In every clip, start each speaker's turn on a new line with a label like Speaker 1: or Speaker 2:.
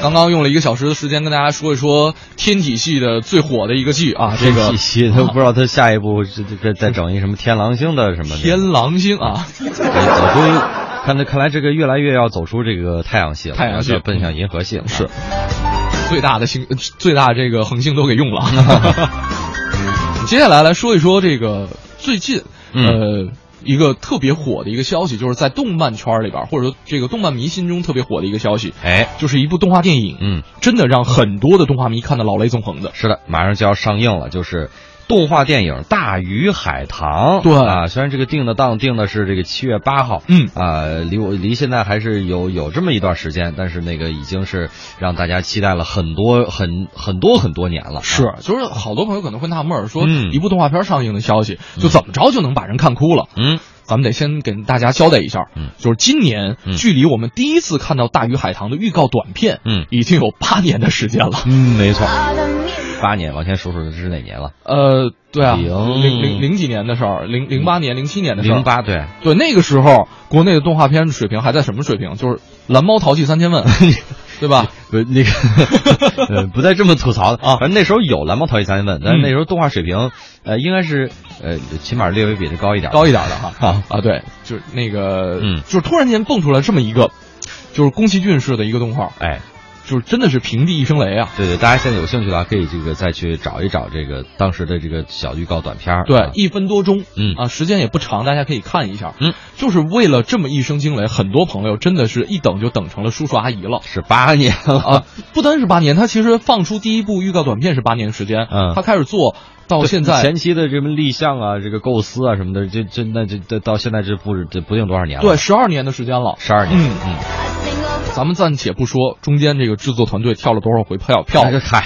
Speaker 1: 刚刚用了一个小时的时间跟大家说一说天体系的最火的一个剧啊，这个
Speaker 2: 细细都不知道他下一步这这这再整一什么天狼星的什么的
Speaker 1: 天狼星啊，
Speaker 2: 哎走出，看来看来这个越来越要走出这个太阳系了，
Speaker 1: 太阳系
Speaker 2: 要奔向银河系了。啊
Speaker 1: 是最大的星，最大这个恒星都给用了。 接下来来说一说这个最近，
Speaker 2: 嗯
Speaker 1: 呃。一个特别火的一个消息，就是在动漫圈里边，或者说这个动漫迷心中特别火的一个消息，
Speaker 2: 哎，
Speaker 1: 就是一部动画电影，
Speaker 2: 嗯，
Speaker 1: 真的让很多的动画迷看得老泪纵横的。
Speaker 2: 是的，马上就要上映了，就是动画电影《大鱼海棠》。
Speaker 1: 对
Speaker 2: 啊，虽然这个定的档定的是这个七月八号，
Speaker 1: 嗯
Speaker 2: 啊，离我离现在还是有有这么一段时间，但是那个已经是让大家期待了很多很很多很多年了。
Speaker 1: 是，就是好多朋友可能会纳闷儿，说
Speaker 2: 嗯
Speaker 1: 一部动画片上映的消息，就怎么着就能把人看哭了？
Speaker 2: 嗯，
Speaker 1: 咱们得先给大家交代一下，
Speaker 2: 嗯
Speaker 1: 就是今年、
Speaker 2: 嗯
Speaker 1: 距离我们第一次看到《大鱼海棠》的预告短片，
Speaker 2: 嗯
Speaker 1: 已经有八年的时间了。
Speaker 2: 嗯，没错，八年往前数数是哪年了？
Speaker 1: 呃，对啊，
Speaker 2: 零嗯
Speaker 1: 零零零几年的事儿，零零八年、零七年的事儿。
Speaker 2: 零八对，
Speaker 1: 对，那个时候国内的动画片水平还在什么水平？就是《蓝猫淘气三千问》， 对吧？
Speaker 2: 不，那个 呃，不再这么吐槽了
Speaker 1: 啊
Speaker 2: 反正那时候有蓝猫淘气三千问，但是
Speaker 1: 嗯
Speaker 2: 那时候动画水平，呃，应该是呃，起码略微比这高一点。
Speaker 1: 高一点的哈
Speaker 2: 啊
Speaker 1: 啊，对，就是那个，
Speaker 2: 嗯
Speaker 1: 就是突然间蹦出来这么一个，就是宫崎骏式的一个动画，
Speaker 2: 哎，
Speaker 1: 就是真的是平地一声雷啊！
Speaker 2: 对对，大家现在有兴趣的话，可以这个再去找一找这个当时的这个小预告短片儿。
Speaker 1: 对
Speaker 2: 啊，
Speaker 1: 一分多钟，
Speaker 2: 嗯
Speaker 1: 啊，时间也不长，大家可以看一下。
Speaker 2: 嗯，
Speaker 1: 就是为了这么一声惊雷，很多朋友真的是一等就等成了叔叔阿姨了。
Speaker 2: 是八年了。
Speaker 1: 啊，不单是八年，他其实放出第一部预告短片是八年时间，
Speaker 2: 嗯
Speaker 1: 他开始做到
Speaker 2: 对
Speaker 1: 现在，
Speaker 2: 前期的什么立项啊，这个构思啊什么的，这这那这这到现在这不这不定多少年了，
Speaker 1: 对，，十二年的时间了。
Speaker 2: 十二年，
Speaker 1: 嗯
Speaker 2: 嗯，
Speaker 1: 咱们暂且不说中间这个制作团队跳了多少回票票，
Speaker 2: 这嗨，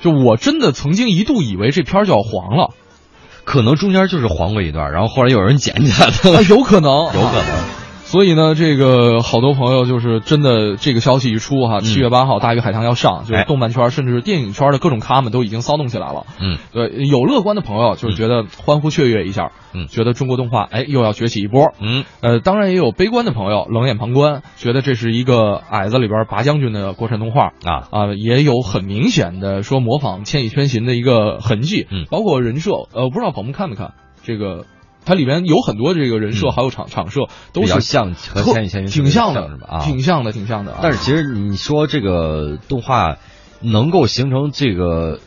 Speaker 1: 就我真的曾经一度以为这片儿就要黄了，
Speaker 2: 可能中间就是黄过一段，然后后来有人捡起来
Speaker 1: 啊
Speaker 2: 了，，
Speaker 1: 有可能，
Speaker 2: 哎
Speaker 1: 啊
Speaker 2: 有可能。
Speaker 1: 所以呢，这个好多朋友就是真的，这个消息一出哈，
Speaker 2: 嗯
Speaker 1: 七月八号《大鱼海棠》要上，就是
Speaker 2: 哎
Speaker 1: 动漫圈甚至是电影圈的各种咖们都已经骚动起来了。
Speaker 2: 嗯，
Speaker 1: 对，有乐观的朋友就是觉得欢呼雀跃一下，
Speaker 2: 嗯
Speaker 1: 觉得中国动画哎又要崛起一波。
Speaker 2: 嗯，
Speaker 1: 呃，当然也有悲观的朋友冷眼旁观，觉得这是一个矮子里边拔将军的国产动画。
Speaker 2: 啊，
Speaker 1: 啊、也有很明显的说模仿《千与千寻》的一个痕迹，
Speaker 2: 嗯
Speaker 1: 包括人设，呃，我不知道宝木看没看这个，它里面有很多这个人设，
Speaker 2: 嗯
Speaker 1: 还有场场设都
Speaker 2: 比较
Speaker 1: 是
Speaker 2: 像和
Speaker 1: 特
Speaker 2: 千与千
Speaker 1: 挺
Speaker 2: 寻特别
Speaker 1: 像
Speaker 2: 像
Speaker 1: 的
Speaker 2: 是吧啊
Speaker 1: 挺像的，挺像的啊。
Speaker 2: 但是其实你说这个动画能够形成这个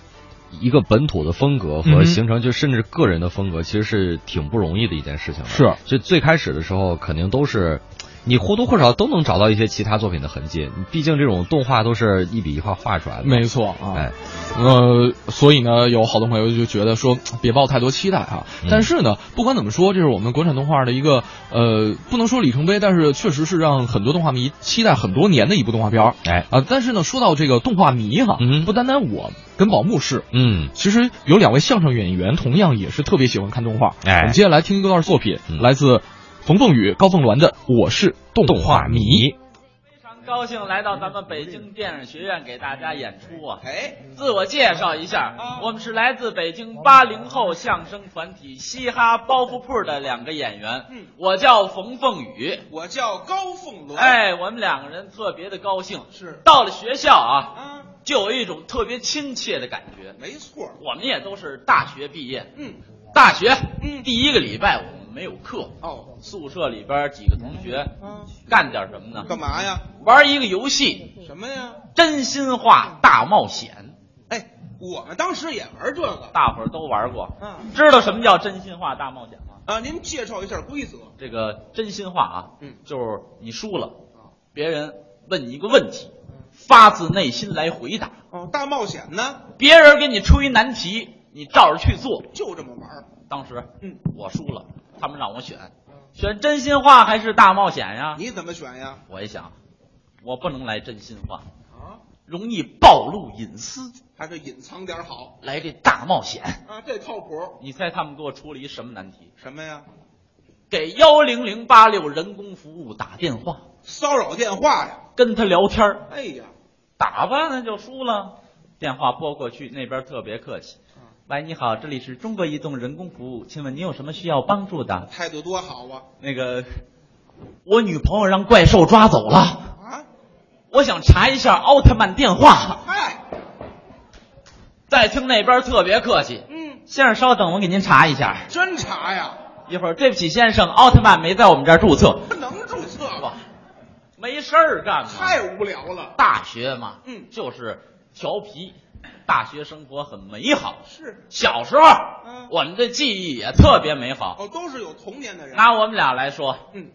Speaker 2: 一个本土的风格
Speaker 1: 嗯
Speaker 2: 和
Speaker 1: 哼
Speaker 2: 形成就甚至个人的风格，其实是挺不容易的一件事情的。
Speaker 1: 是，
Speaker 2: 所以最开始的时候肯定都是。你或多或少都能找到一些其他作品的痕迹，毕竟这种动画都是一笔一画画出来的。
Speaker 1: 没错啊，
Speaker 2: 哎，
Speaker 1: 呃，所以呢，有好多朋友就觉得说嗯别抱太多期待啊。
Speaker 2: 嗯
Speaker 1: 但是呢，不管怎么说，这是我们国产动画的一个呃，不能说里程碑，但是确实是让很多动画迷期待很多年的一部动画片儿。
Speaker 2: 哎
Speaker 1: 啊，但是呢，说到这个动画迷哈，
Speaker 2: 嗯
Speaker 1: 不单单我跟宝木是，
Speaker 2: 嗯，
Speaker 1: 其实有两位相声演员同样也是特别喜欢看动画。
Speaker 2: 哎
Speaker 1: 我们接下来听一段作品，
Speaker 2: 嗯
Speaker 1: 来自冯凤雨、高凤鸾的《我是动画迷》。
Speaker 3: 非常高兴来到咱们北京电影学院给大家演出啊！哎，自我介绍一下，
Speaker 4: 啊
Speaker 3: 我们是来自北京八零后相声团体嘻哈包袱铺的两个演员，
Speaker 4: 嗯
Speaker 3: 我叫冯凤雨。
Speaker 4: 我叫高凤伦。，
Speaker 3: 哎，我们两个人特别的高兴，
Speaker 4: 是
Speaker 3: 到了学校啊，
Speaker 4: 啊，
Speaker 3: 就有一种特别亲切的感觉。
Speaker 4: 没错。
Speaker 3: 我们也都是大学毕业，
Speaker 4: 嗯，
Speaker 3: 大学
Speaker 4: 嗯
Speaker 3: 第一个礼拜我们没有课，
Speaker 4: 哦，
Speaker 3: 宿舍里边几个同学
Speaker 4: 啊，
Speaker 3: 干点什么呢？
Speaker 4: 干嘛呀？
Speaker 3: 玩一个游戏，
Speaker 4: 什么呀？
Speaker 3: 真心话大冒险，
Speaker 4: 哎，我们当时也玩这个。
Speaker 3: 大伙儿都玩过，
Speaker 4: 嗯
Speaker 3: 知道什么叫真心话大冒险吗？
Speaker 4: 啊，您介绍一下规则。
Speaker 3: 这个真心话啊，
Speaker 4: 嗯
Speaker 3: 就是你输了，别人问你一个问题，发自内心来回答，
Speaker 4: 哦，大冒险呢，
Speaker 3: 别人给你出一难题，你照着去做。
Speaker 4: 就这么玩儿。
Speaker 3: 当时，
Speaker 4: 嗯，
Speaker 3: 我输了，他们让我选，选真心话还是大冒险呀？
Speaker 4: 你怎么选呀？
Speaker 3: 我一想，我不能来真心话，
Speaker 4: 啊，
Speaker 3: 容易暴露隐私，
Speaker 4: 还是隐藏点儿好
Speaker 3: 来这大冒险。
Speaker 4: 啊，这靠谱。
Speaker 3: 你猜他们给我出了一什么难题？
Speaker 4: 什么呀？
Speaker 3: 给幺零零八六人工服务打电话，
Speaker 4: 骚扰电话呀？
Speaker 3: 跟他聊天儿
Speaker 4: 哎呀，
Speaker 3: 打吧，那就输了。电话拨过去，那边特别客气
Speaker 4: 嗯。
Speaker 3: 喂，你好，这里是中国移动人工服务，请问您有什么需要帮助的？
Speaker 4: 态度多好啊！
Speaker 3: 那个，我女朋友让怪兽抓走了。
Speaker 4: 啊，
Speaker 3: 我想查一下奥特曼电话。
Speaker 4: 嗨，
Speaker 3: 再听那边特别客气，
Speaker 4: 嗯，
Speaker 3: 先生稍等，我给您查一下。
Speaker 4: 真查呀，
Speaker 3: 一会儿，对不起，先生，奥特曼没在我们这儿注册。
Speaker 4: 他能注册吗？
Speaker 3: 没事儿干嘛？
Speaker 4: 太无聊了。
Speaker 3: 大学嘛，
Speaker 4: 嗯
Speaker 3: 就是调皮，大学生活很美好。
Speaker 4: 是，
Speaker 3: 小时候，
Speaker 4: 嗯
Speaker 3: 我们的记忆也特别美好。
Speaker 4: 哦，都是有童年的人。
Speaker 3: 拿我们俩来说，
Speaker 4: 嗯，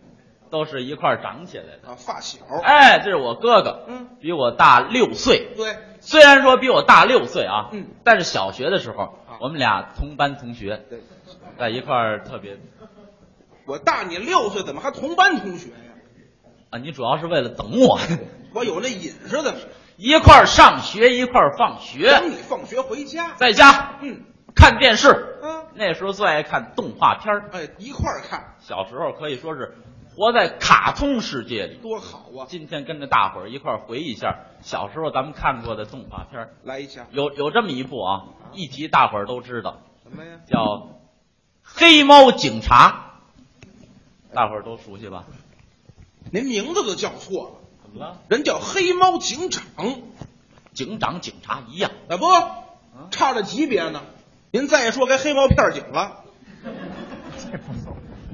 Speaker 3: 都是一块儿长起来的。
Speaker 4: 啊，发小。
Speaker 3: 哎，这是我哥哥，
Speaker 4: 嗯，
Speaker 3: 比我大六岁。
Speaker 4: 对，
Speaker 3: 虽然说比我大六岁啊，
Speaker 4: 嗯，
Speaker 3: 但是小学的时候
Speaker 4: 啊，
Speaker 3: 我们俩同班同学，
Speaker 4: 对，
Speaker 3: 在一块儿特别
Speaker 4: 我大你六岁，怎么还同班同学呀？
Speaker 3: 啊，你主要是为了等我，
Speaker 4: 我有那瘾似的，
Speaker 3: 一块儿上学，一块儿放
Speaker 4: 等
Speaker 3: 学，
Speaker 4: 你放学回家。
Speaker 3: 在家
Speaker 4: 嗯
Speaker 3: 看电视，
Speaker 4: 嗯，
Speaker 3: 那时候最爱看动画片儿，
Speaker 4: 哎，一块儿看
Speaker 3: 小时候可以说是活在卡通世界里。
Speaker 4: 多好啊！
Speaker 3: 今天跟着大伙儿一块儿回忆一下小时候咱们看过的动画片儿，
Speaker 4: 来一下
Speaker 3: 有有这么一部啊，一提大伙儿都知道，
Speaker 4: 什么呀？
Speaker 3: 叫《黑猫警察》，大伙儿都熟悉吧？
Speaker 4: 您名字都叫错了，
Speaker 3: 怎么了？
Speaker 4: 人叫黑猫警长，
Speaker 3: 警长警察一样，
Speaker 4: 啊不，差着级别呢。您再说该黑猫片警了，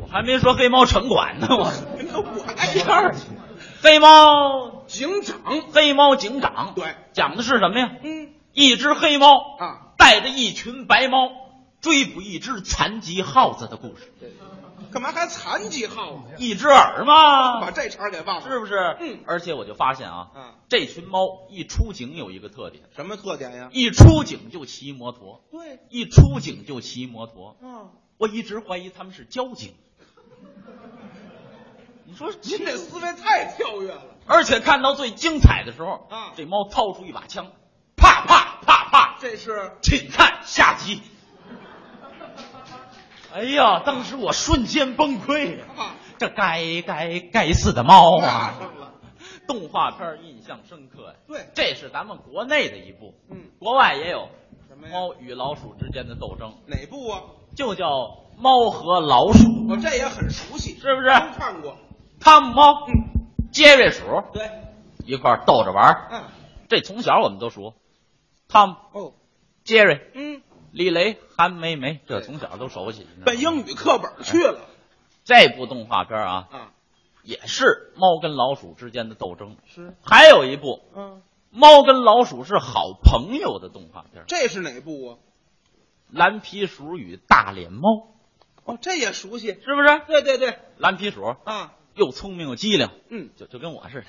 Speaker 3: 我还没说黑猫城管呢， 我
Speaker 4: 您跟我挨边儿去。
Speaker 3: 黑猫
Speaker 4: 警长，
Speaker 3: 黑猫警长，
Speaker 4: 对，
Speaker 3: 讲的是什么呀？
Speaker 4: 嗯
Speaker 3: 一只黑猫
Speaker 4: 啊，
Speaker 3: 带着一群白猫追捕一只残疾耗子的故事，
Speaker 4: 干嘛还残疾号呢？
Speaker 3: 一只耳嘛
Speaker 4: 把，这茬儿给忘了
Speaker 3: 是不是？
Speaker 4: 嗯
Speaker 3: 而且我就发现啊，
Speaker 4: 啊？
Speaker 3: 这群猫一出警有一个特点，
Speaker 4: 什么特点呀？
Speaker 3: 一出警就骑摩托，
Speaker 4: 对，
Speaker 3: 一出警就骑摩托。
Speaker 4: 嗯，
Speaker 3: 我一直怀疑他们是交警。你 说
Speaker 4: 您这思维太跳跃了。
Speaker 3: 而且看到最精彩的时候，
Speaker 4: 啊
Speaker 3: 这猫掏出一把枪，啪啪啪啪，
Speaker 4: 这是
Speaker 3: 请看下集。哎呀，当时我瞬间崩溃呀！
Speaker 4: 啊，
Speaker 3: 这该该该死的猫
Speaker 4: 挂
Speaker 3: 啊！
Speaker 4: 上了。
Speaker 3: 动画片儿印象深刻呀，
Speaker 4: 对，
Speaker 3: 这是咱们国内的一部，
Speaker 4: 嗯，
Speaker 3: 国外也有
Speaker 4: 什么呀？
Speaker 3: 猫与老鼠之间的斗争，
Speaker 4: 哪部啊？
Speaker 3: 就叫《猫和老鼠》，
Speaker 4: 我这也很熟悉，
Speaker 3: 是不是？
Speaker 4: 都看过。
Speaker 3: 汤姆猫、
Speaker 4: 嗯，
Speaker 3: 杰瑞鼠
Speaker 4: 对，
Speaker 3: 一块儿斗着玩儿，
Speaker 4: 嗯，
Speaker 3: 这从小我们都熟。汤姆、
Speaker 4: 哦，
Speaker 3: 杰瑞、
Speaker 4: 嗯，
Speaker 3: 李雷、韩梅梅，这从小都熟悉。
Speaker 4: 奔英语课本儿去了
Speaker 3: 这部动画片啊，
Speaker 4: 啊？
Speaker 3: 也是猫跟老鼠之间的斗争。
Speaker 4: 是，
Speaker 3: 还有一部
Speaker 4: 嗯，
Speaker 3: 猫跟老鼠是好朋友的动画片，《
Speaker 4: 这是哪部啊？
Speaker 3: 蓝皮鼠与大脸猫》，
Speaker 4: 哦，这也熟悉。
Speaker 3: 是不是？
Speaker 4: 对对对，
Speaker 3: 蓝皮鼠
Speaker 4: 啊，
Speaker 3: 又聪明又机灵，
Speaker 4: 嗯，
Speaker 3: 就就跟我似的。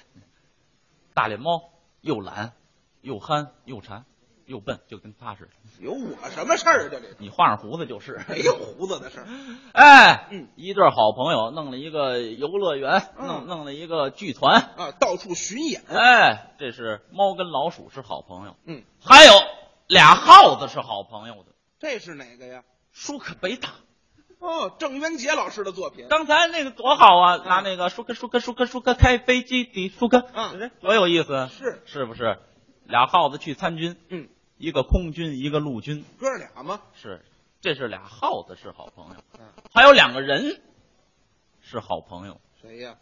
Speaker 3: 大脸猫又懒又憨又馋又笨，就跟他似的。
Speaker 4: 有我什么事儿啊？这里
Speaker 3: 你画上胡子就是。
Speaker 4: 没有胡子的事儿。
Speaker 3: 哎，
Speaker 4: 嗯，
Speaker 3: 一对好朋友弄了一个游乐园，
Speaker 4: 嗯
Speaker 3: 弄弄了一个剧团。
Speaker 4: 啊，到处巡演。
Speaker 3: 哎，这是猫跟老鼠是好朋友，
Speaker 4: 嗯，
Speaker 3: 还有俩耗子是好朋友的。
Speaker 4: 这是哪个呀？
Speaker 3: 舒克贝塔，
Speaker 4: 哦，郑渊洁老师的作品。
Speaker 3: 刚才那个多好啊！拿那个舒克舒克舒克舒克开飞机的舒克，哎
Speaker 4: 嗯，
Speaker 3: 多有意思，啊
Speaker 4: 是
Speaker 3: 是不是？俩耗子去参军，
Speaker 4: 嗯，
Speaker 3: 一个空军，一个陆军，
Speaker 4: 哥俩吗？
Speaker 3: 是，这是俩耗子是好朋友
Speaker 4: 嗯，
Speaker 3: 还有两个人是好朋友，
Speaker 4: 谁呀？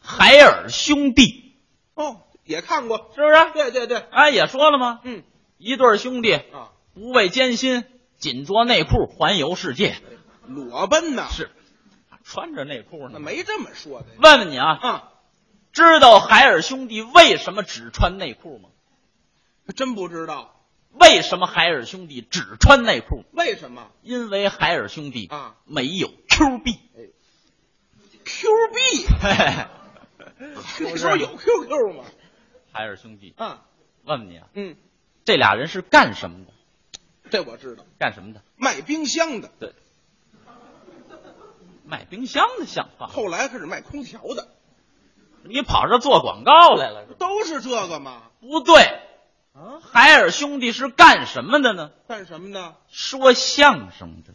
Speaker 3: 海尔兄弟。
Speaker 4: 哦，也看过。
Speaker 3: 是不是？
Speaker 4: 对对对，
Speaker 3: 哎，也说了吗？
Speaker 4: 嗯，
Speaker 3: 一对儿兄弟
Speaker 4: 啊，
Speaker 3: 不畏艰辛，紧着内裤环游世界，
Speaker 4: 裸奔呐，
Speaker 3: 是穿着内裤
Speaker 4: 那
Speaker 3: 呢。
Speaker 4: 没这么说的呀。
Speaker 3: 问问你啊，
Speaker 4: 啊，
Speaker 3: 知道海尔兄弟为什么只穿内裤吗？
Speaker 4: 真不知道
Speaker 3: 为什么海尔兄弟只穿内裤？
Speaker 4: 为什么
Speaker 3: 因为海尔兄弟
Speaker 4: 啊
Speaker 3: 没有 Q 币。
Speaker 4: ？Q 币
Speaker 3: 嘿嘿嘿
Speaker 4: 那时候有 QQ 吗？
Speaker 3: 海尔兄弟，
Speaker 4: 啊，
Speaker 3: 问问你啊，
Speaker 4: 嗯，
Speaker 3: 这俩人是干什么的？
Speaker 4: 这我知道，
Speaker 3: 干什么的？
Speaker 4: 卖冰箱的，
Speaker 3: 卖冰箱的想法。
Speaker 4: 后来开始卖空调的，
Speaker 3: 你跑这做广告来了是吧？
Speaker 4: 都是这个嘛。
Speaker 3: 不对，
Speaker 4: 啊，
Speaker 3: 海尔兄弟是干什么的呢？
Speaker 4: 干什么呢？
Speaker 3: 说相声的，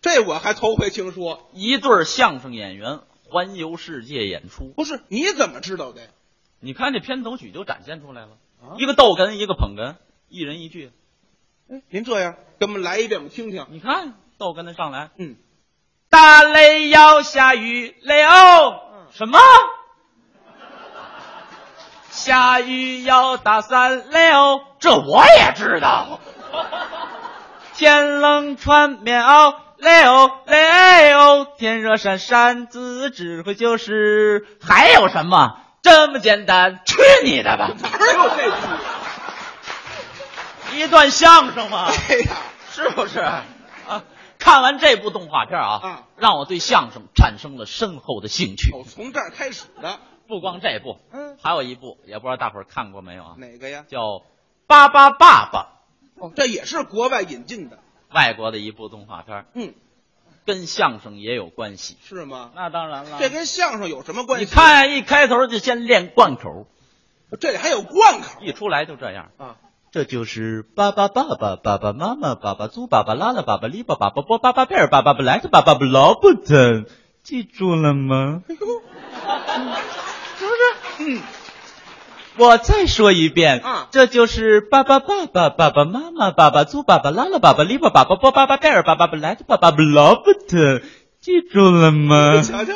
Speaker 4: 这我还头回听说。
Speaker 3: 一对儿相声演员环游世界演出。
Speaker 4: 不是，你怎么知道的呀？
Speaker 3: 你看这片头曲就展现出来了，
Speaker 4: 啊
Speaker 3: 一个逗哏，一个捧哏，一人一句。
Speaker 4: 哎您这样给我们来一遍，我们听听。
Speaker 3: 你看逗哏的上来，
Speaker 4: 嗯，
Speaker 3: 打雷嗯要下雨嘞哦，什么？下雨要打伞溜，这我也知道。天冷穿棉袄，溜溜；天热扇扇子，指挥就是。还有什么这么简单？去你的吧！
Speaker 4: 哪有这句？
Speaker 3: 一段相声嘛，
Speaker 4: 哎呀，
Speaker 3: 是不是？啊，看完这部动画片啊，
Speaker 4: 嗯
Speaker 3: 让我对相声产生了深厚的兴趣。
Speaker 4: 哦，从这儿开始的，
Speaker 3: 不光这部，
Speaker 4: 嗯，
Speaker 3: 还有一部，也不知道大伙儿看过没有啊？
Speaker 4: 哪个呀？
Speaker 3: 叫《巴巴爸爸
Speaker 4: 哦，这也是国外引进的，》，
Speaker 3: 外国的一部动画片，
Speaker 4: 嗯，
Speaker 3: 跟相声也有关系。
Speaker 4: 是吗？
Speaker 3: 那当然了
Speaker 4: 这跟相声有什么关
Speaker 3: 你
Speaker 4: 系？
Speaker 3: 看一开头就先练贯口，
Speaker 4: 这里还有贯口
Speaker 3: 一出来就这样。
Speaker 4: 啊！
Speaker 3: 这就是爸爸爸爸爸爸妈妈爸爸猪爸爸拉拉爸爸里爸爸波波爸爸贝尔爸爸布莱特爸爸布劳布特，记住了吗？
Speaker 4: 哎呦，
Speaker 3: 是不是？嗯。我再说一遍，
Speaker 4: 嗯
Speaker 3: 这就是爸爸、爸爸、爸爸妈妈、爸爸、猪爸爸、拉拉爸爸、里巴爸爸、波爸爸、贝尔爸爸、布莱特爸爸、布劳布特，记住了吗？
Speaker 4: 瞧瞧，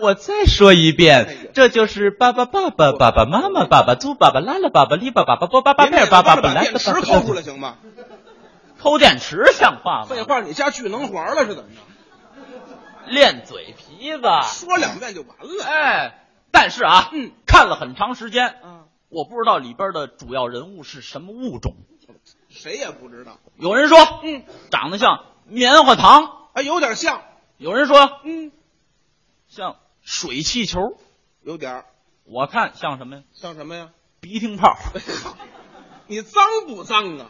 Speaker 3: 我再说一
Speaker 4: 哎呦
Speaker 3: 遍，这就是爸爸、爸爸、爸爸妈妈、爸爸、猪爸爸、拉拉爸爸、里巴爸爸、波爸爸、贝尔爸爸、布
Speaker 4: 把
Speaker 3: 莱
Speaker 4: 电
Speaker 3: 特
Speaker 4: 池
Speaker 3: 爸爸。
Speaker 4: 抠出来行吗？
Speaker 3: 抠电池像话吗？
Speaker 4: 废，话，你家聚能环了是怎么着？
Speaker 3: 练嘴皮子。
Speaker 4: 说两遍就完了。
Speaker 3: 啊哎，但是啊，
Speaker 4: 嗯，
Speaker 3: 看了很长时间，
Speaker 4: 啊，
Speaker 3: 我不知道里边的主要人物是什么物种。
Speaker 4: 谁也不知道。
Speaker 3: 有人说，嗯，长得像棉花糖；
Speaker 4: 哎，有点像，
Speaker 3: 有人说
Speaker 4: 嗯，
Speaker 3: 像水气球。
Speaker 4: 有点儿
Speaker 3: 我看像什么呀？
Speaker 4: 像什么呀？
Speaker 3: 鼻涕泡。
Speaker 4: 哎好，你脏不脏啊？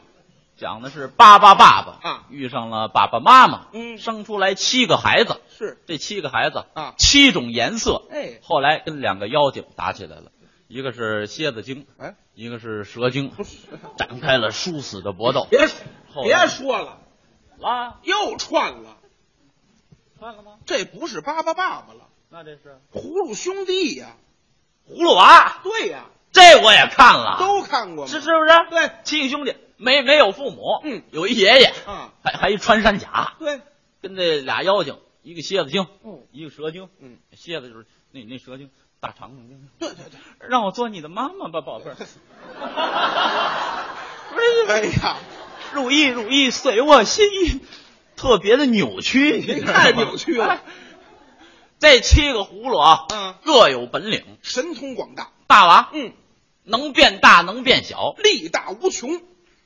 Speaker 3: 讲的是爸爸爸爸
Speaker 4: 啊
Speaker 3: 遇上了爸爸妈妈，
Speaker 4: 嗯
Speaker 3: 生出来七个孩子，
Speaker 4: 是
Speaker 3: 这七个孩子
Speaker 4: 啊
Speaker 3: 七种颜色。
Speaker 4: 哎
Speaker 3: 后来跟两个妖精打起来了，一个是蝎子精，
Speaker 4: 哎，
Speaker 3: 一个是蛇精，
Speaker 4: 不是，
Speaker 3: 展开了殊死的 搏斗。
Speaker 4: 别
Speaker 3: 后
Speaker 4: 别
Speaker 3: 来
Speaker 4: 说了，
Speaker 3: 啦，
Speaker 4: 又串了，
Speaker 3: 看了吗？
Speaker 4: 这不是巴巴爸爸了，
Speaker 3: 那这是
Speaker 4: 葫芦兄弟呀、
Speaker 3: 葫芦娃，
Speaker 4: 对呀、
Speaker 3: 这我也看了，
Speaker 4: 都看过吗？
Speaker 3: 是是不是？
Speaker 4: 对，
Speaker 3: 七个兄弟没没有父母，
Speaker 4: 嗯，
Speaker 3: 有一爷爷，
Speaker 4: 啊，
Speaker 3: 还还一穿山甲，
Speaker 4: 对，
Speaker 3: 跟这俩妖精，一个蝎子精，
Speaker 4: 哦，
Speaker 3: 一个蛇精，
Speaker 4: 嗯，
Speaker 3: 蝎子就是那那蛇精，大长颈。
Speaker 4: 对对对，
Speaker 3: 让我做你的妈妈吧，宝贝 儿。
Speaker 4: 哎呀，
Speaker 3: 如意如意，随我心意，特别的扭曲，你知道吗
Speaker 4: 太扭曲了。
Speaker 3: 这七个葫芦啊，
Speaker 4: 嗯
Speaker 3: 各有本领。
Speaker 4: 神通广大，
Speaker 3: 大娃，
Speaker 4: 嗯，
Speaker 3: 能变大，能变小。
Speaker 4: 力大无穷。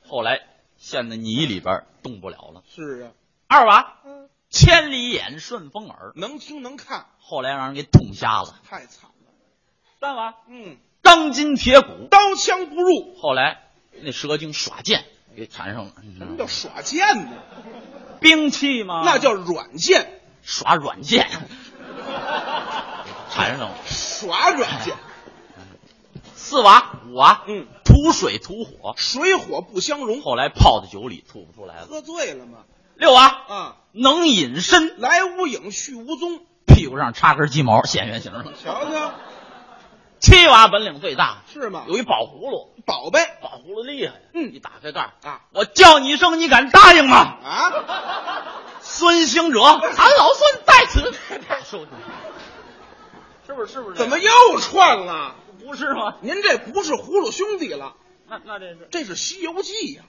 Speaker 3: 后来陷在泥里边儿动不了了。
Speaker 4: 是啊，
Speaker 3: 二娃，
Speaker 4: 嗯，
Speaker 3: 千里眼，顺风耳，
Speaker 4: 能听能看，
Speaker 3: 后来让人给冻瞎了。
Speaker 4: 太惨了。
Speaker 3: 三娃，
Speaker 4: 嗯，
Speaker 3: 钢筋铁骨，
Speaker 4: 刀枪不入，
Speaker 3: 后来那蛇精耍剑给缠上了。你知道
Speaker 4: 什
Speaker 3: 吗
Speaker 4: 么叫耍剑呢？
Speaker 3: 兵器吗？
Speaker 4: 那叫软剑，
Speaker 3: 耍软 件，缠上了。
Speaker 4: 耍软剑，
Speaker 3: 四娃五娃，
Speaker 4: 嗯，
Speaker 3: 吐水吐火，
Speaker 4: 水火不相容。
Speaker 3: 后来泡在酒里吐不出来了。
Speaker 4: 哦喝醉了嘛，
Speaker 3: 六娃
Speaker 4: 啊，
Speaker 3: 能隐身，
Speaker 4: 来无影去无踪。
Speaker 3: 屁股上插根鸡毛，现原形了。
Speaker 4: 瞧瞧，
Speaker 3: 七娃本领最大，
Speaker 4: 是吗？
Speaker 3: 有一宝葫芦，
Speaker 4: 宝贝
Speaker 3: 宝葫芦厉害呀，
Speaker 4: 嗯
Speaker 3: 一打开盖儿
Speaker 4: 啊
Speaker 3: 我叫你一声，你敢答应吗？
Speaker 4: 啊，
Speaker 3: 孙行者，俺老孙在 此。是不是？是不是？
Speaker 4: 怎么又串了？
Speaker 3: 不是吗？
Speaker 4: 您这不是葫芦兄弟了，
Speaker 3: 那那这是《
Speaker 4: 这是《西游记》呀，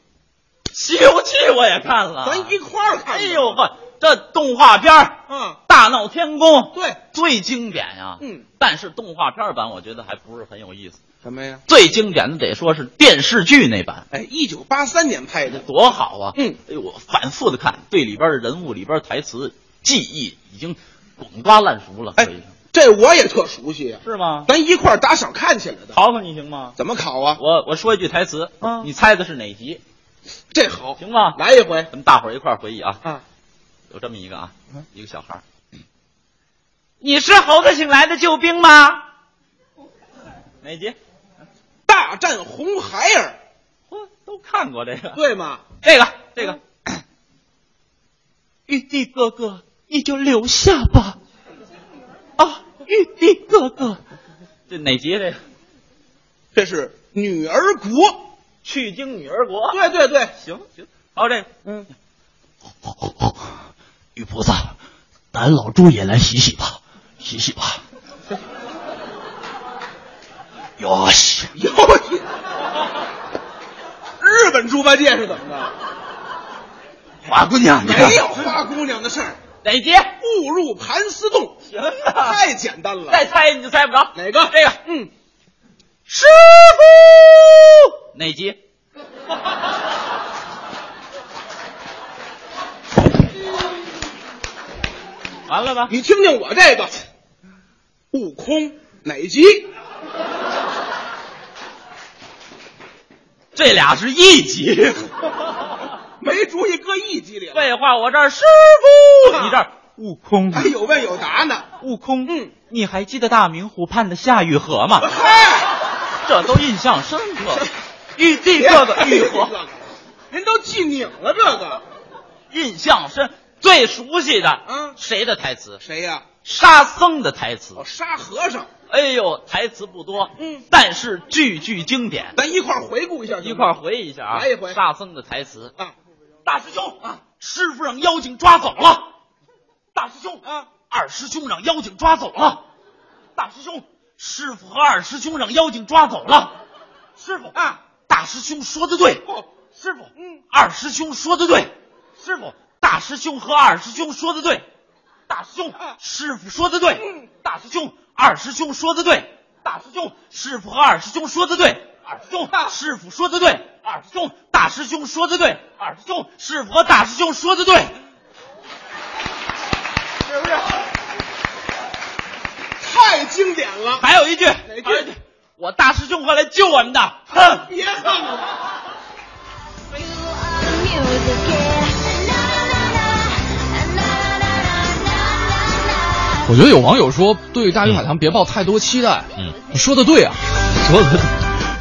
Speaker 3: 西游记》，我也看了。
Speaker 4: 咱一块儿看。
Speaker 3: 哎呦，呵，这动画片儿《
Speaker 4: 啊，
Speaker 3: 大闹天宫》
Speaker 4: 对，
Speaker 3: 最经典呀、
Speaker 4: 嗯，
Speaker 3: 但是动画片版我觉得还不是很有意思。
Speaker 4: 什么呀？
Speaker 3: 最经典的得说是电视剧那版，
Speaker 4: 哎，一九八三年拍的，
Speaker 3: 多好啊！
Speaker 4: 嗯，
Speaker 3: 哎呦，我反复的看，对里边的人物、里边台词记忆已经滚瓜烂熟了，
Speaker 4: 哎
Speaker 3: 可以说
Speaker 4: 这我也特熟悉呀，
Speaker 3: 是吗？
Speaker 4: 咱一块儿打小看起来的。
Speaker 3: 考考你行吗？
Speaker 4: 怎么考啊？
Speaker 3: 我我说一句台词，
Speaker 4: 嗯
Speaker 3: 你猜的是哪集？
Speaker 4: 这好，
Speaker 3: 行吗？
Speaker 4: 来一回
Speaker 3: 咱们大伙儿一块儿回忆啊。
Speaker 4: 啊！
Speaker 3: 有这么一个啊，一个小孩儿，嗯你是猴子请来的救兵吗？哪集？
Speaker 4: 大战红孩儿，
Speaker 3: 嚯，都看过这个，
Speaker 4: 对吗？
Speaker 3: 这个，这个。玉帝哥哥，你就留下吧。啊，玉帝哥哥，这哪集？这个
Speaker 4: 这是女儿国，
Speaker 3: 去经女儿国。
Speaker 4: 对对对，
Speaker 3: 行行，还有这个，
Speaker 4: 嗯，
Speaker 3: 玉菩萨，咱老猪也来洗洗吧，洗洗吧。
Speaker 4: 哟西哟西，日本猪八戒是怎么的？
Speaker 5: 花姑娘，你看
Speaker 4: 没有花姑娘的事儿，
Speaker 3: 哪节？
Speaker 4: 误入盘丝洞，
Speaker 3: 行啊，
Speaker 4: 太简单了。
Speaker 3: 再猜你就猜不着
Speaker 4: 哪个？
Speaker 3: 这个
Speaker 4: 嗯，
Speaker 3: 师傅哪集？完了吧？
Speaker 4: 你听听我这个，悟空哪 集？
Speaker 3: 这俩是一集。
Speaker 4: 没主意搁一集里了。
Speaker 3: 废话，我这儿师傅，
Speaker 4: 啊
Speaker 3: 你这儿悟空
Speaker 4: 还哎有问有答 呢。
Speaker 3: 悟空，嗯，你还记得大明湖畔的夏雨荷 吗？
Speaker 4: 嗨，
Speaker 3: 这都印象深 刻。玉帝
Speaker 4: 哎别
Speaker 3: 这个哎玉
Speaker 4: 提
Speaker 3: 荷
Speaker 4: 这个人都记拧了这个。
Speaker 3: 印象深，最熟悉的，
Speaker 4: 嗯
Speaker 3: 谁的台词？
Speaker 4: 谁呀、
Speaker 3: 沙僧的台词
Speaker 4: 哦，。沙和尚，
Speaker 3: 哎呦，台词不多，
Speaker 4: 嗯，
Speaker 3: 但是句句经典。
Speaker 4: 咱一块儿回顾一下，
Speaker 3: 一块儿回嗯忆一下啊，
Speaker 4: 来一回
Speaker 3: 沙僧的台词。
Speaker 4: 啊。
Speaker 3: 大师兄啊，师傅让妖精抓走了。大师兄啊，二师兄让妖精抓走了。大师兄，师傅和二师兄让妖精抓走了。师傅啊，大师兄说的对。
Speaker 4: 哦
Speaker 3: 师傅，嗯，二师兄说的对。师傅，大师兄和二师兄说的对。大师兄，师傅说的对。大师兄，二师兄说的对。大师兄，师傅和二师兄说的对。二师兄，师傅说的对。二师兄，大师兄说的对。二师兄，师傅和大师兄说的对。哎
Speaker 4: 太经典了。
Speaker 3: 还有一句，
Speaker 4: 句
Speaker 3: 还有一句，我大师兄会来救我们的。哼。
Speaker 4: 别恨我，
Speaker 1: 我觉得有网友说对《大鱼海棠》别抱太多期待，
Speaker 2: 嗯，
Speaker 1: 说的对啊，
Speaker 2: 说的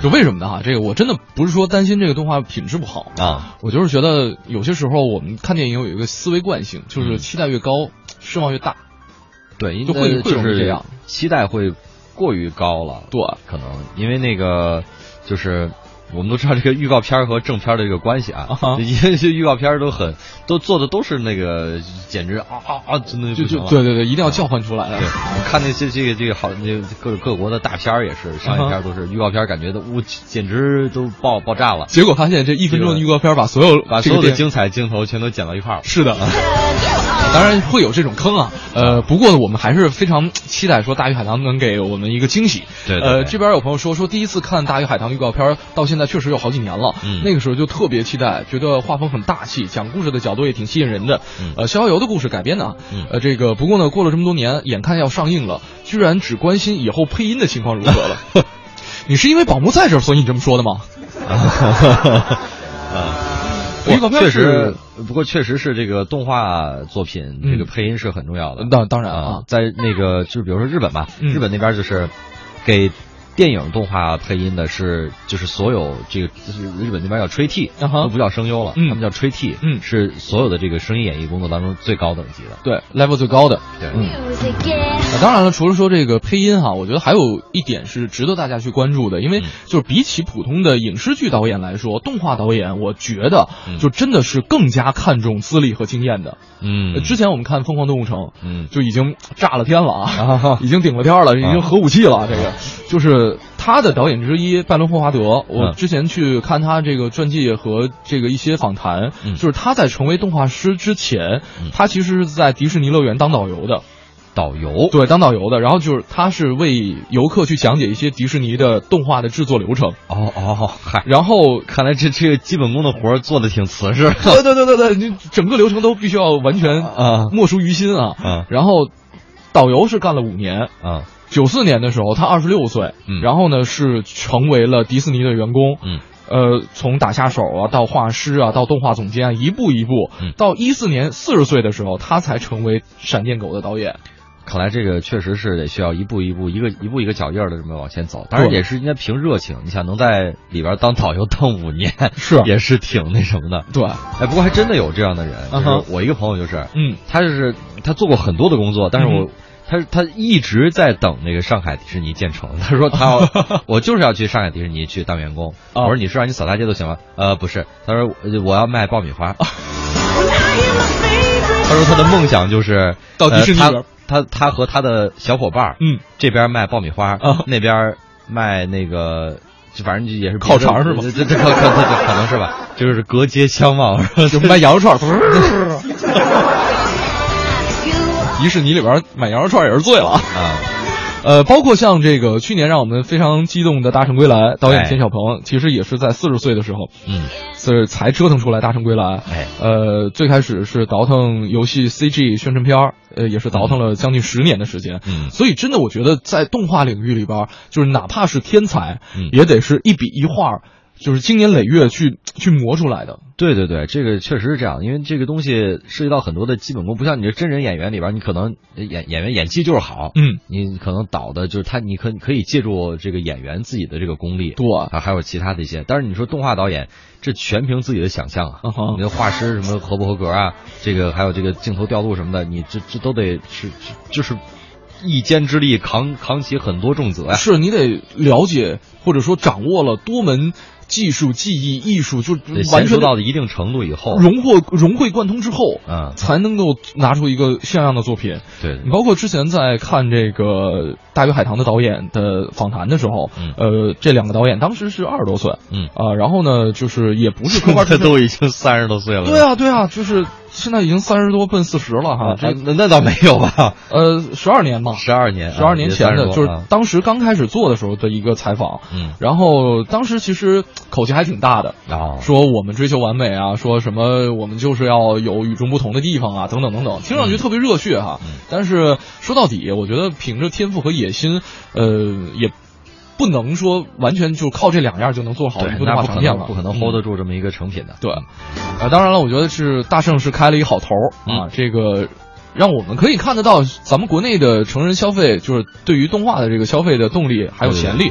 Speaker 1: 就为什么呢？哈，这个我真的不是说担心这个动画品质不好，
Speaker 2: 啊，
Speaker 1: 我就是觉得有些时候我们看电影有一个思维惯性，就是期待越高，失望越大。
Speaker 2: 对，
Speaker 1: 就会
Speaker 2: 因为
Speaker 1: 会
Speaker 2: 就
Speaker 1: 容易
Speaker 2: 是
Speaker 1: 这样
Speaker 2: 期待会过于高了，
Speaker 1: 对，
Speaker 2: 可能因为那个就是。我们都知道这个预告片儿和正片儿的这个关系啊
Speaker 1: 啊哈，
Speaker 2: 因为 这预告片儿都很都做的都是那个，简直啊啊啊，真的
Speaker 1: 就
Speaker 2: 不行
Speaker 1: 就
Speaker 2: 了
Speaker 1: 对对啊对，一定要叫唤出来
Speaker 2: 对，我看那些这个这个好，那各各国的大片儿也是，商业
Speaker 1: 啊
Speaker 2: 片儿都是，预告片儿感觉都我简直都爆爆炸了，
Speaker 1: 结果发现这一分钟的预告片把所有
Speaker 2: 把
Speaker 1: 这
Speaker 2: 所
Speaker 1: 个
Speaker 2: 有的
Speaker 1: 电
Speaker 2: 精彩镜头全都剪到 一块儿了。
Speaker 1: 是的，啊
Speaker 2: 啊
Speaker 1: 当然会有这种坑啊。呃，不过我们还是非常期待说《大鱼海棠》能给我们一个惊喜。
Speaker 2: 对对
Speaker 1: 呃，
Speaker 2: 对
Speaker 1: 这边有朋友说说第一次看《大鱼海棠》预告片，到现在确实有好几年了。
Speaker 2: 嗯
Speaker 1: 那个时候就特别期待，觉得画风很大气，讲故事的角度也挺吸引人的。
Speaker 2: 嗯
Speaker 1: 呃，逍遥游的故事改编的啊。
Speaker 2: 嗯
Speaker 1: 呃，这个不过呢，过了这么多年，眼看要上映了，居然只关心以后配音的情况如何了。 你是因为宝木在这儿，所以你这么说的吗？
Speaker 2: 啊，
Speaker 1: 预告片
Speaker 2: 确
Speaker 1: 是
Speaker 2: 实，不过确实是这个动画作品，
Speaker 1: 嗯
Speaker 2: 这个配音是很重要的。
Speaker 1: 那当然啊
Speaker 2: 啊，在那个就是比如说日本吧，
Speaker 1: 嗯
Speaker 2: 日本那边就是给电影动画配音的是就是所有这个就是日本那边叫吹替，
Speaker 1: 啊哈
Speaker 2: 都不叫声优了，
Speaker 1: 嗯
Speaker 2: 他们叫吹替，
Speaker 1: 嗯
Speaker 2: 是所有的这个声音演绎工作当中最高等级的。
Speaker 1: 对，level 最高的。
Speaker 2: 对，
Speaker 1: 嗯啊，当然了，除了说这个配音哈，我觉得还有一点是值得大家去关注的，因为
Speaker 2: 嗯
Speaker 1: 就是比起普通的影视剧导演来说，动画导演我觉得
Speaker 2: 嗯
Speaker 1: 就真的是更加看重资历和经验的。呃
Speaker 2: 嗯，
Speaker 1: 之前我们看《疯狂动物城》，
Speaker 2: 嗯
Speaker 1: 就已经炸了天了啊
Speaker 2: 啊，
Speaker 1: 已经顶了天了，已经
Speaker 2: 啊
Speaker 1: 核武器了。这个就是他的导演之一拜伦·霍华德。我
Speaker 2: 嗯
Speaker 1: 之前去看他这个传记和这个一些访谈，
Speaker 2: 嗯
Speaker 1: 就是他在成为动画师之前
Speaker 2: 嗯，
Speaker 1: 他其实是在迪士尼乐园当导游的。
Speaker 2: 导游，
Speaker 1: 对，当导游的，然后就是他是为游客去讲解一些迪士尼的动画的制作流程，
Speaker 2: 哦哦，嗨，
Speaker 1: 然后。
Speaker 2: 看来这这个基本功的活儿做的挺瓷实。
Speaker 1: 对对对对对，你整个流程都必须要完全
Speaker 2: 啊
Speaker 1: 莫熟于心啊。
Speaker 2: 啊
Speaker 1: 然后，导游是干了五年，
Speaker 2: 啊，
Speaker 1: 九四年的时候他二十六岁，
Speaker 2: 嗯
Speaker 1: 然后呢是成为了迪士尼的员工，
Speaker 2: 嗯
Speaker 1: 呃，从打下手啊到画师啊到动画总监啊，一步一步，
Speaker 2: 嗯
Speaker 1: 到一四年四十岁的时候，他才成为闪电狗的导演。
Speaker 2: 看来这个确实是得需要一步一步、一个一步一个脚印儿的这么往前走，当然
Speaker 1: 对
Speaker 2: 也是应该凭热情。你想能在里边当导游当五年，
Speaker 1: 是
Speaker 2: 也是挺那什么的。
Speaker 1: 对，
Speaker 2: 哎，不过还真的有这样的人，就
Speaker 1: 嗯哼
Speaker 2: 是我一个朋友就是，
Speaker 1: 嗯，
Speaker 2: 他就是他做过很多的工作，但是我。
Speaker 1: 嗯
Speaker 2: 他他一直在等那个上海迪士尼建成， 他说 他要我就是要去上海迪士尼去当员工。
Speaker 1: 啊
Speaker 2: 我说你是让你扫大街都行吗？呃，不是，他说呃我要卖爆 米花。他说他的梦想就是
Speaker 1: 到迪士尼
Speaker 2: 呃
Speaker 1: 里边
Speaker 2: 他他他和他的小伙伴儿
Speaker 1: 嗯，
Speaker 2: 这边卖爆米花
Speaker 1: 啊，
Speaker 2: 那边卖那个。就反正就也是
Speaker 1: 烤肠是吗
Speaker 2: 这这这可可可可能是吧，就是隔街 相望， 啊
Speaker 1: 就卖羊肉串儿， 迪士尼里边儿买羊肉串儿也是醉了。
Speaker 2: 啊，
Speaker 1: 呃，包括像这个去年让我们非常激动的《大圣归来》，导演田晓鹏其实也是在四十岁的时候，
Speaker 2: 嗯，
Speaker 1: 是才折腾出来《大圣归来》。
Speaker 2: 哎
Speaker 1: 呃，最开始是倒腾游戏 CG 宣传片儿，呃，也是倒腾了将近十年的时间。
Speaker 2: 嗯
Speaker 1: 所以真的，我觉得在动画领域里边儿，就是哪怕是天才，
Speaker 2: 嗯
Speaker 1: 也得是一笔一画儿，就是经年累月去去磨出来的。
Speaker 2: 对对对，这个确实是这样，因为这个东西涉及到很多的基本功，不像你这真人演员里边，你可能呃演演员演技就是好，
Speaker 1: 嗯，
Speaker 2: 你可能导的就是他，你可可以借助这个演员自己的这个功力，
Speaker 1: 对
Speaker 2: 啊，还有其他的一些。但是你说动画导演，这全凭自己的想象啊，
Speaker 1: 嗯哼
Speaker 2: 你的画师什么合不合格啊，这个还有这个镜头调度什么的，你这这都得是是就是一肩之力扛扛起很多重责呀、
Speaker 1: 是你得了解或者说掌握了多门技术、技艺、艺术，就
Speaker 2: 得
Speaker 1: 嗯完
Speaker 2: 娴熟
Speaker 1: 全
Speaker 2: 到一定程度以后，
Speaker 1: 融获融会贯通之后，
Speaker 2: 嗯
Speaker 1: 才能够拿出一个像样的作品。
Speaker 2: 对
Speaker 1: 你包括之前在看这个《大鱼海棠》的导演的访谈的时候，
Speaker 2: 嗯
Speaker 1: 呃，这两个导演当时是二十多岁，
Speaker 2: 嗯
Speaker 1: 啊、然后呢，就是也不是科班
Speaker 2: 这
Speaker 1: 出身，
Speaker 2: 都已经三十多岁了，
Speaker 1: 对啊，对啊，就是现在已经三十多奔四十了哈，
Speaker 2: 啊，
Speaker 1: 嗯这
Speaker 2: 这那那倒没有吧，
Speaker 1: 呃十二年嘛，
Speaker 2: 十二年，
Speaker 1: 十二年前的，
Speaker 2: 啊
Speaker 1: 就是
Speaker 2: 啊
Speaker 1: 当时刚开始做的时候的一个采访。
Speaker 2: 嗯，
Speaker 1: 然后当时其实口气还挺大的，
Speaker 2: 然后
Speaker 1: 说我们追求完美啊，说什么我们就是要有与众不同的地方啊，等等等等，听上去特别热血哈、
Speaker 2: 嗯
Speaker 1: 但是说到底，我觉得凭着天赋和野心，呃，也不能说完全就靠这两样就能做好一
Speaker 2: 对
Speaker 1: 部动
Speaker 2: 那
Speaker 1: 画
Speaker 2: 不可
Speaker 1: 长片
Speaker 2: 能
Speaker 1: 了，
Speaker 2: 不可能
Speaker 1: 嗯
Speaker 2: hold 得住这么一个成品的，
Speaker 1: 对，呃，当然了，我觉得是大圣是开了一好头儿
Speaker 2: 嗯
Speaker 1: 啊，这个让我们可以看得到咱们国内的成人消费，就是对于动画的这个消费的动力还有
Speaker 2: 对对
Speaker 1: 潜力。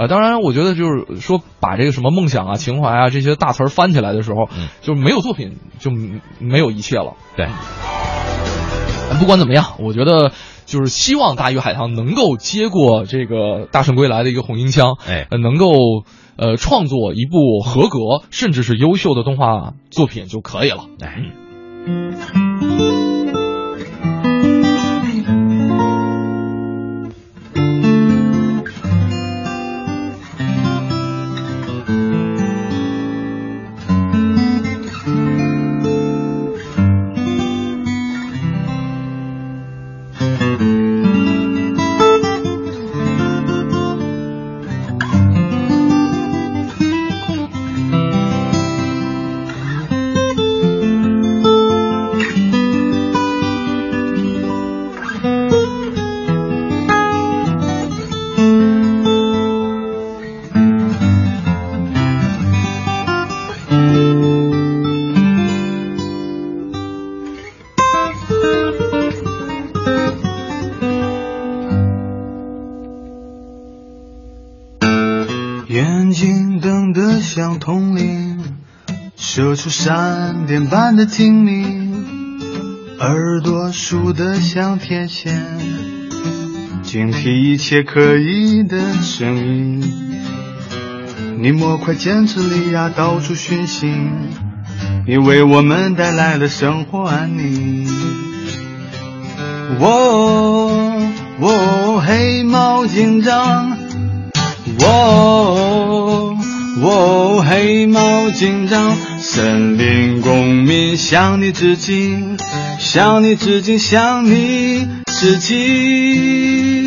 Speaker 1: 呃，当然，我觉得就是说，把这个什么梦想啊、情怀啊这些大词儿翻起来的时候，
Speaker 2: 嗯
Speaker 1: 就没有作品就没有一切了。
Speaker 2: 对，
Speaker 1: 不管怎么样，我觉得就是希望《大鱼海棠》能够接过这个《大圣归来》的一个红缨枪，
Speaker 2: 哎
Speaker 1: 呃能够呃创作一部合格甚至是优秀的动画作品就可以了。
Speaker 2: 哎。
Speaker 5: 眼睛瞪得像铜铃，射出闪电般的精灵，耳朵竖得像天线，警惕一切可疑的声音。你模块坚持力呀，到处寻衅，你为我们带来了生活安宁。哦，哦，黑猫警长，哦，哦，黑猫警长，森林公民向你致敬，向你致敬，向你致敬。